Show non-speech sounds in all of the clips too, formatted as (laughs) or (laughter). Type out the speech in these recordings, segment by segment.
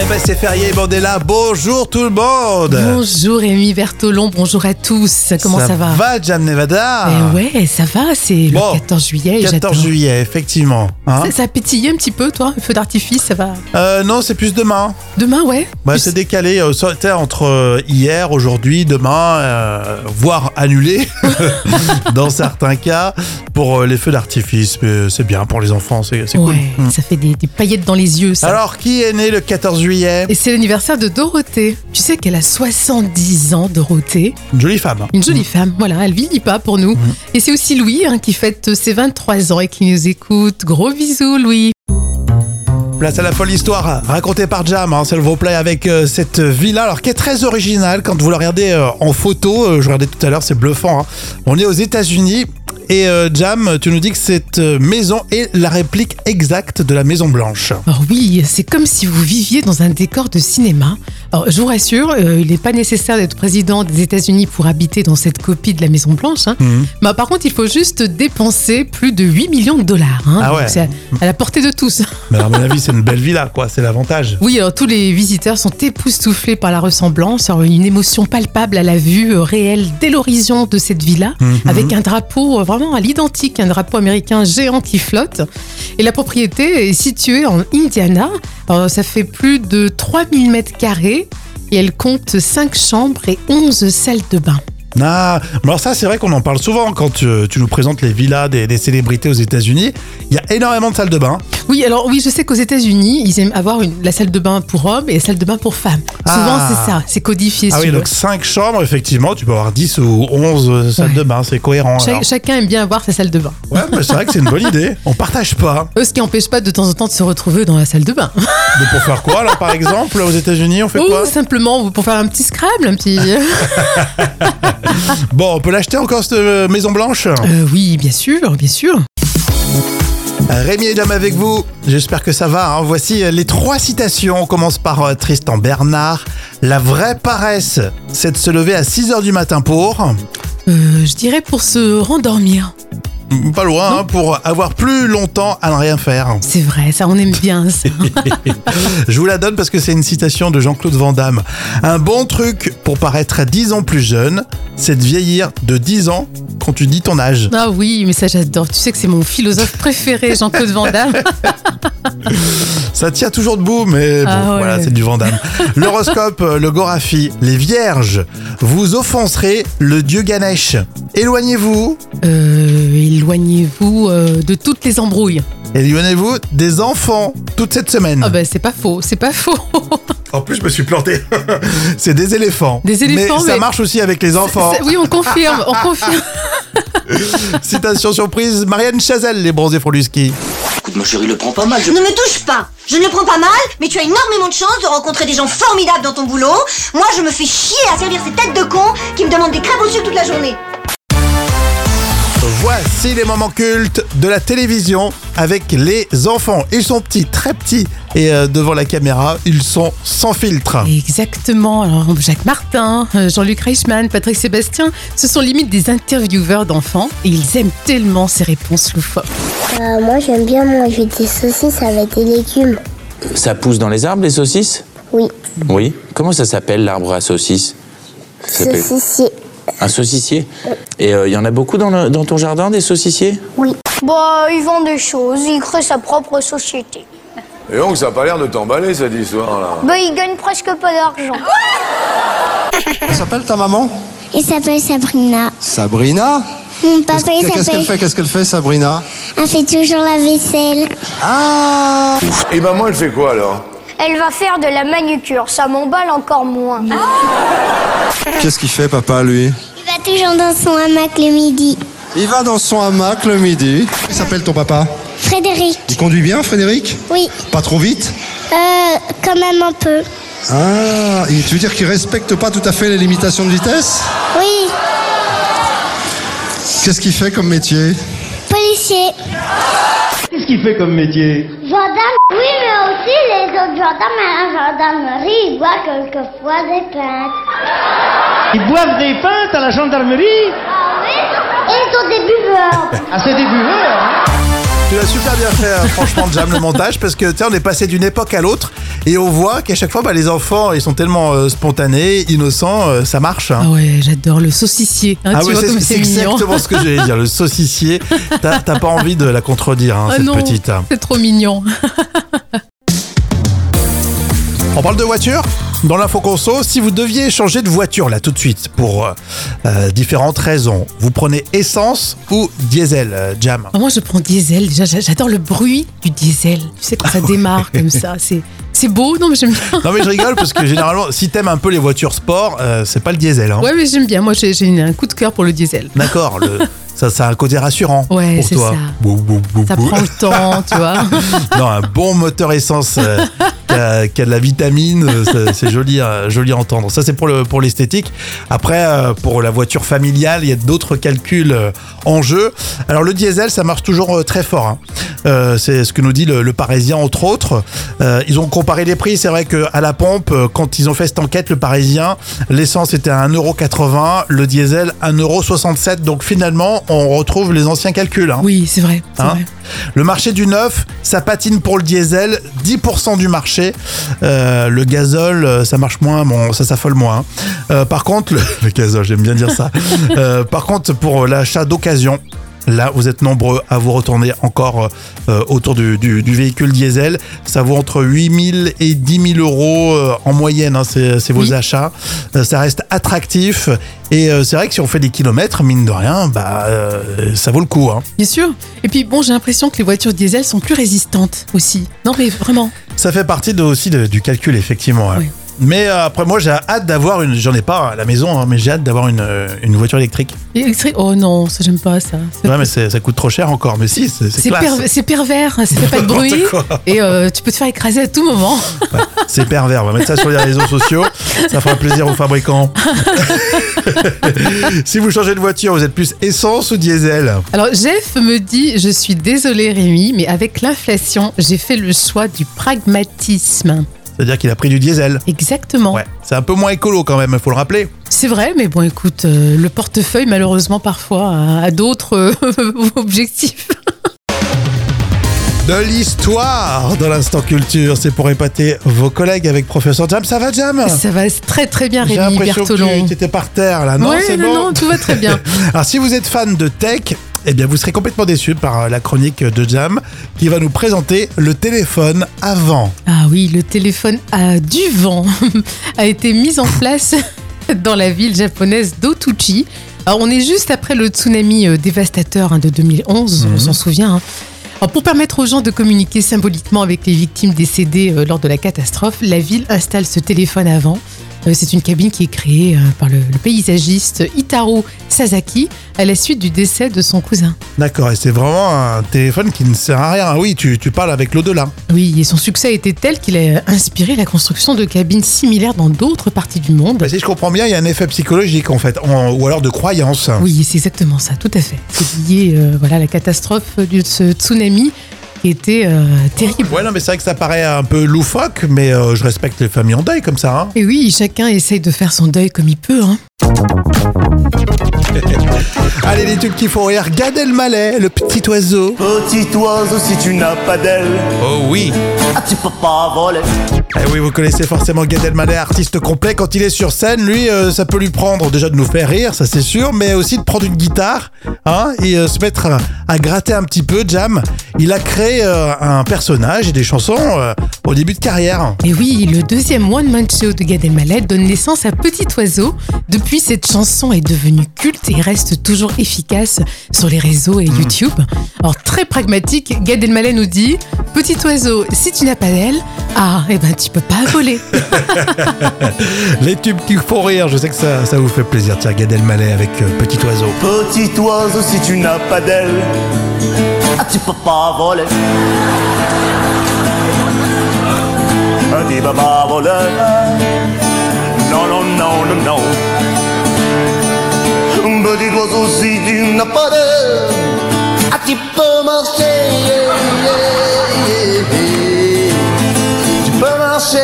Eh ben c'est Férié Bandela, bonjour tout le monde Bonjour Rémi Bertolon, bonjour à tous. Comment ça, va Ben. Ça va Jam Nevada Eh ouais, ça va, c'est Bon, le 14 juillet. et 14 j'attends. juillet, effectivement. hein. Ça, ça a pétillé un petit peu, toi, le feu d'artifice, ça va. Euh, non, c'est plus demain. Demain, ouais. Bah, Plus- c'est décalé euh, ça, t'sais, entre euh, hier, aujourd'hui, demain, euh, voire annulé (laughs) dans certains cas pour euh, les feux d'artifice. Mais C'est bien pour les enfants, c'est c'est cool. Ouais, ça fait des, des paillettes dans les yeux, ça. Hmm. Alors, qui est né le 14 juillet Et c'est l'anniversaire de Dorothée. Tu sais qu'elle a 70 ans, Dorothée. Une jolie femme. hein. Une jolie femme, voilà, elle vieillit pas pour nous. Hmm. Et c'est aussi Louis hein, qui fête ses 23 ans et qui nous écoute. Gros bisous, Louis. Place à la folle histoire racontée par Jam, hein, c'est le play avec euh, cette villa, alors qui est très originale quand vous la regardez euh, en photo. euh, je regardais tout à l'heure, c'est bluffant. hein. On est aux États-Unis et euh, Jam, tu nous dis que cette euh, maison est la réplique exacte de la Maison Blanche. Alors Oh oui, c'est comme si vous viviez dans un décor de cinéma. Alors, je vous rassure, euh, il n'est pas nécessaire d'être président des États-Unis pour habiter dans cette copie de la Maison Blanche. hein. Mhm. Bah, par contre, il faut juste dépenser plus de 8 millions de dollars. hein. Ah Donc, ouais. C'est à la portée de tous. (laughs) Mais à mon avis, c'est une belle villa, quoi. C'est l'avantage. Oui, alors tous les visiteurs sont époustouflés par la ressemblance, Alors, une émotion palpable à la vue euh, réelle dès l'horizon de cette villa, Mhm. (laughs) avec un drapeau euh, vraiment à l'identique, un drapeau américain géant qui flotte. Et la propriété est située en Indiana, Alors, ça fait plus de 3000 mètres carrés, et elle compte 5 chambres et 11 salles de bain. Ah, mais alors ça, c'est vrai qu'on en parle souvent quand tu, tu nous présentes les villas des, des célébrités aux États-Unis. Il y a énormément de salles de bain. Oui, alors oui, je sais qu'aux États-Unis, ils aiment avoir une- la salle de bain pour hommes et la salle de bain pour femmes. Souvent, Ah. c'est ça, c'est codifié. Ah si oui, tu veux. donc 5 chambres, effectivement, tu peux avoir 10 ou 11 salles Ouais. de bain, c'est cohérent. Cha- alors. chacun aime bien avoir sa salle de bain. Ouais, mais c'est vrai que c'est une bonne idée. On partage pas. Eux, ce qui empêche pas de temps en temps de se retrouver dans la salle de bain. Mais pour faire quoi alors par exemple aux États-Unis on fait Ou quoi Euh, simplement pour faire un petit Scrabble, (laughs) un petit. Bon, on peut l'acheter encore cette euh, Maison Blanche. Euh, oui, bien sûr, bien sûr. Rémi et Jam avec vous. J'espère que ça va. hein. Voici euh, les trois citations. On commence par euh, Tristan Bernard. La vraie paresse, c'est de se lever à 6 heures du matin pour. Euh, je dirais pour se rendormir. Mm, Pas loin, hein, pour avoir plus longtemps à ne rien faire. C'est vrai, ça, on aime bien (laughs) ça. Je vous la donne parce que c'est une citation de Jean-Claude Van Damme. Un bon truc pour paraître 10 ans plus jeune, c'est de vieillir de 10 ans quand tu dis ton âge. Ah oui, mais ça, j'adore. Tu sais que c'est mon philosophe préféré, Jean-Claude (laughs) Van Damme. Ça tient toujours debout, mais bon, Ah ouais. voilà, c'est du vandame. L'horoscope, euh, le Gorafi, les vierges, vous offenserez le dieu Ganesh. Éloignez-vous, Euh, Éloignez-vous euh, de toutes les embrouilles. Hmm. éloignez-vous des enfants toute cette semaine. Ah ben, c'est pas faux, c'est pas faux. (laughs) En plus, je me suis planté. (laughs) c'est des éléphants. Des éléphants, mais ça mais- marche aussi avec les enfants. Ça- oui, on confirme, (laughs) on confirme. Citation surprise, Marianne Chazelle, les bronzés font du ski. Écoute, ma chérie, le prends pas mal, je... Ne me touche pas Je ne le prends pas mal, mais tu as énormément de chance de rencontrer des gens formidables dans ton boulot. Moi, je me fais chier à servir ces têtes de cons qui me demandent des crêpes au sucre toute la journée. Voici les moments cultes de la télévision avec les enfants. Ils sont petits, très petits, et euh, devant la caméra, ils sont sans filtre. Exactement. Alors, Jacques Martin, euh, Jean-Luc Reichmann, Patrick Sébastien, ce sont limite des intervieweurs d'enfants et ils aiment tellement ces réponses loufoques. Euh, moi j'aime bien manger des saucisses avec des légumes. Ça pousse dans les arbres, les saucisses Oui, Oui. Comment ça s'appelle l'arbre à saucisses Ça s'appelle saucissier. Un saucissier Et euh, il y en a beaucoup dans, le- dans ton jardin, des saucissiers Oui. Bah, ils vendent des choses, ils créent sa propre société. Et donc, ça a pas l'air de t'emballer cette histoire-là. Bah, ils gagnent presque pas d'argent. Elle s'appelle ta maman Il s'appelle Sabrina. Sabrina Mon papa il Qu'est-ce qu'elle s'appelle. fait Qu'est-ce qu'elle fait, Sabrina Elle fait toujours la vaisselle. Ah Et maman, elle fait quoi alors Elle va faire de la manucure, ça m'emballe encore moins. Qu'est-ce qu'il fait, papa, lui Il va toujours dans son hamac le midi. Il va dans son hamac le midi. Comment s'appelle ton papa Frédéric. Il conduit bien, Frédéric Oui. Pas trop vite Euh, quand même un peu. Ah, et tu veux dire qu'il respecte pas tout à fait les limitations de vitesse Oui. Qu'est-ce qu'il fait comme métier Policier. Qu'est-ce qu'il fait comme métier Gendarme. Oui, mais aussi les autres gendarmes à la gendarmerie, ils boivent quelquefois des pintes. Ils boivent des pintes à la gendarmerie Ils sont des buveurs. À ses débuts, hein hein. Tu l'as super bien fait, euh, franchement, Jam, le montage, parce que tiens, on est passé d'une époque à l'autre, Et on voit qu'à chaque fois, bah, les enfants, ils sont tellement euh, spontanés, innocents, euh, ça marche. hein. Ah ouais, j'adore le saucissier. hein, Ah tu ouais, vois c'est comme c'est c'est mignon. exactement ce que j'allais dire, le (laughs) saucissier. T'as t'as pas envie de la contredire, hein, Ah cette non, petite. c'est trop mignon. On parle de voiture dans l'info conso. Si vous deviez changer de voiture là tout de suite pour euh, euh, différentes raisons, vous prenez essence ou diesel, euh, (laughs) Jam Ah, Moi, je prends diesel. Déjà, j'a- j'adore le bruit du diesel. Tu sais, Ah quand ça démarre comme ça, c'est c'est beau. Non, mais j'aime bien. Non mais je rigole parce que généralement, si t'aimes un peu les voitures sport, euh, c'est pas le diesel. hein. Ouais, mais j'aime bien. Moi, j'ai j'ai une- un coup de cœur pour le diesel. D'accord, le- ça, ça a un côté rassurant Ouais, pour c'est toi. ça. Bou, bou, bou, Ça bou. prend le temps, tu vois. (laughs) Non, un bon moteur essence euh, qui, a, qui a de la vitamine, euh, ça- c'est joli, euh, joli à entendre. Ça, c'est pour le pour l'esthétique. Après, euh, pour la voiture familiale, il y a d'autres calculs euh, en jeu. Alors, le diesel, ça marche toujours euh, très fort. hein. Euh, c'est ce que nous dit le, le Parisien, entre autres. Euh, ils ont comparé les prix. C'est vrai qu'à la pompe, euh, quand ils ont fait cette enquête, le Parisien, l'essence était à 1,80€, le diesel 1,67€. Donc, finalement, on retrouve les anciens calculs. hein. Oui, c'est vrai. c'est Hein vrai. Le marché du neuf, ça patine pour le diesel, 10% du marché. Euh, le gazole, euh, ça marche moins, bon, ça s'affole moins. Euh, par contre, le, (laughs) le gazole, j'aime bien dire ça. Euh, par contre, pour l'achat d'occasion, là, vous êtes nombreux à vous retourner encore euh, autour du, du- du véhicule diesel. Ça vaut entre 8 000 et 10 000 euros euh, en moyenne, hein, c'est c'est vos Oui. achats. Euh, ça reste attractif. Et euh, c'est vrai que si on fait des kilomètres, mine de rien, bah, euh, ça vaut le coup. hein. Bien sûr. Et puis, bon, j'ai l'impression que les voitures diesel sont plus résistantes aussi. Non, mais vraiment. Ça fait partie de- aussi de- du calcul, effectivement. hein. Oui. Mais euh, après, moi, j'ai hâte d'avoir une. J'en ai pas à la maison, hein, mais j'ai hâte d'avoir une, euh, une voiture (laughs) électrique. Et électrique- Oh non, ça, j'aime pas ça. Ça- Ouais, mais c'est- ça coûte trop cher encore. Mais si, c'est c'est C'est classe. pervers, c'est pervers, hein, ça fait pas de bruit et euh, tu peux te faire écraser à tout moment. Ouais, c'est pervers. On va mettre ça sur les réseaux sociaux. Ça fera plaisir aux fabricants. (laughs) si vous changez de voiture, vous êtes plus essence ou diesel Alors Jeff me dit, je suis désolé Rémi, mais avec l'inflation, j'ai fait le choix du pragmatisme. C'est-à-dire qu'il a pris du diesel. Exactement. Ouais. C'est un peu moins écolo quand même, faut le rappeler. C'est vrai, mais bon écoute, euh, le portefeuille malheureusement parfois a, a d'autres euh, (laughs) objectifs. De l'histoire dans l'instant culture, c'est pour épater vos collègues avec professeur Jam. Ça va, Jam Ça va très très bien J'ai Rémi l'impression que Bertolon. tu étais par terre là, non Ouais, C'est non, bon non, tout va très bien. Alors si vous êtes fan de tech, eh bien vous serez complètement déçu par euh, la chronique de Jam qui va nous présenter le téléphone avant. Ah oui, le téléphone à du vent (laughs) a été mis en place (laughs) dans la ville japonaise d'Otuchi. Alors, on est juste après le tsunami euh, dévastateur hein, de 2011, on s'en souvient. hein. Alors, pour permettre aux gens de communiquer symboliquement avec les victimes décédées euh, lors de la catastrophe, la ville installe ce téléphone avant. Euh, C'est une cabine qui est créée euh, par le, le paysagiste Itaro Sasaki à la suite du décès de son cousin. D'accord, et c'est vraiment un téléphone qui ne sert à rien. Ah Oui, tu, tu parles avec l'au-delà. Oui, et son succès était tel qu'il a inspiré la construction de cabines similaires dans d'autres parties du monde. Bah, si je comprends bien, il y a un effet psychologique en fait, en- ou alors de croyance. Oui, c'est exactement ça, tout à fait. C'est lié euh, voilà, à la catastrophe de ce tsunami qui était euh, terrible. Ouais, non, mais c'est vrai que ça paraît un peu loufoque, mais euh, je respecte les familles en deuil comme ça. hein. Et oui, chacun essaye de faire son deuil comme il peut. hein. Allez, les tubes qui font rire, Gad Elmaleh, le petit oiseau. Petit oiseau, si tu n'as pas d'aile, Oh oui ah, tu peux pas voler. Eh oui, vous connaissez forcément Gad Elmaleh, artiste complet. Quand il est sur scène, lui, euh, ça peut lui prendre déjà de nous faire rire, ça c'est sûr, mais aussi de prendre une guitare hein, et euh, se mettre à, à gratter un petit peu. Jam, il a créé euh, un personnage et des chansons euh, au début de carrière. Et oui, le deuxième One Man Show de Gad Elmaleh donne naissance à Petit Oiseau. Depuis, cette chanson est devenue culte et reste toujours efficace sur les réseaux et YouTube. Alors, très pragmatique, Gad Elmaleh nous dit « Petit Oiseau, si tu n'as pas d'aile, ah, eh ben, tu peux pas voler ». Les tubes qui font rire, je sais que ça, ça vous fait plaisir. Tiens, Gad Elmaleh avec euh, Petit Oiseau. Petit oiseau, si tu n'as pas d'aile, ah, tu peux pas voler. Ah, tu peux pas voler. Non, non, non, non, non. Petit oiseau, si tu n'as pas d'aile, ah, tu peux marcher. yeah, yeah, yeah. Tu peux marcher.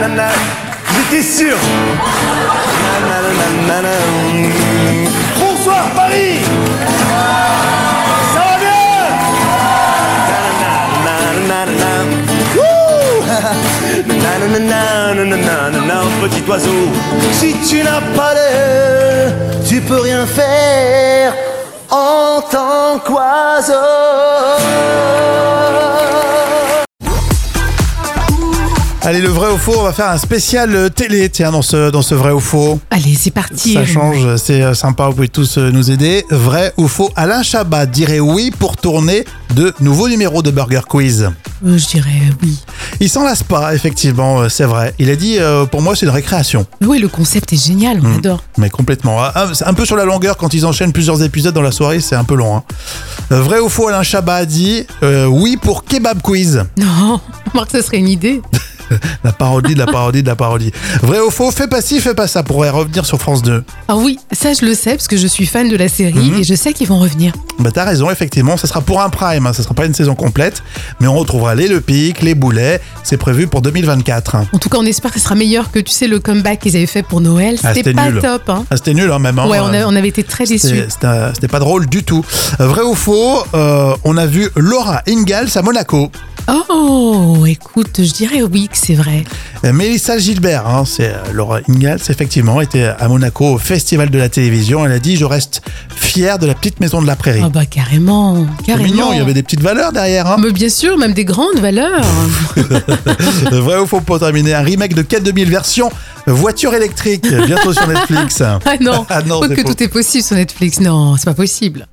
Nanana. J'étais sûr. Nanana. Bonsoir Paris. Ça va bien nanana, (laughs) petit oiseau. Si tu n'as pas d'ailes, tu peux rien faire en tant qu'oiseau. Allez, le vrai ou faux, on va faire un spécial euh, télé, tiens, dans ce, dans ce vrai ou faux. Allez, c'est parti. Ça change, c'est euh, sympa, vous pouvez tous euh, nous aider. Vrai ou faux, Alain Chabat dirait oui pour tourner de nouveaux numéros de Burger Quiz. Euh, je dirais oui. Il s'en lasse pas, effectivement, euh, c'est vrai. Il a dit, euh, pour moi, c'est une récréation, Oui, le concept est génial, on adore. mais complètement. Ah, ah, c'est Un peu sur la longueur, quand ils enchaînent plusieurs épisodes dans la soirée, c'est un peu long. hein. Euh, Vrai ou faux, Alain Chabat a dit euh, oui pour Kebab Quiz. Non, (laughs) Marc, ça serait une idée. La parodie de la parodie de la parodie. Vrai ou faux, fais pas ci, fais pas ça, pourrait revenir sur France 2. Alors Ah oui, ça je le sais parce que je suis fan de la série Mhm. et je sais qu'ils vont revenir. Bah t'as raison, effectivement, ça sera pour un prime, hein, ça sera pas une saison complète, mais on retrouvera les Le Pic, les Boulets, c'est prévu pour 2024. hein. En tout cas, on espère que ce sera meilleur que tu sais le comeback qu'ils avaient fait pour Noël. Ah, C'était c'était pas nul. top. Hein. Ah, c'était nul, hein, même. hein. ouais, on, a- on avait été très déçus. C'était- C'était c'était pas drôle du tout. Euh, Vrai ou faux, euh, on a vu Laura Ingalls à Monaco. Oh, écoute, je dirais oui que c'est vrai. Euh, Mélissa Gilbert, hein, c'est euh, Laura Ingalls, effectivement, était à Monaco au Festival de la télévision. Elle a dit Je reste fière de la petite maison de la prairie. Ah bah carrément, C'est carrément. mignon, il y avait des petites valeurs derrière. (laughs) hein. Mais bien sûr, même des grandes (laughs) valeurs. Euh, Vrai ou faux pour terminer Un remake de Quai 2000 version euh, voiture (laughs) électrique, bientôt sur Netflix. ah non, (laughs) Ah non, Quoique c'est faux. tout est possible sur Netflix. Non, c'est pas possible.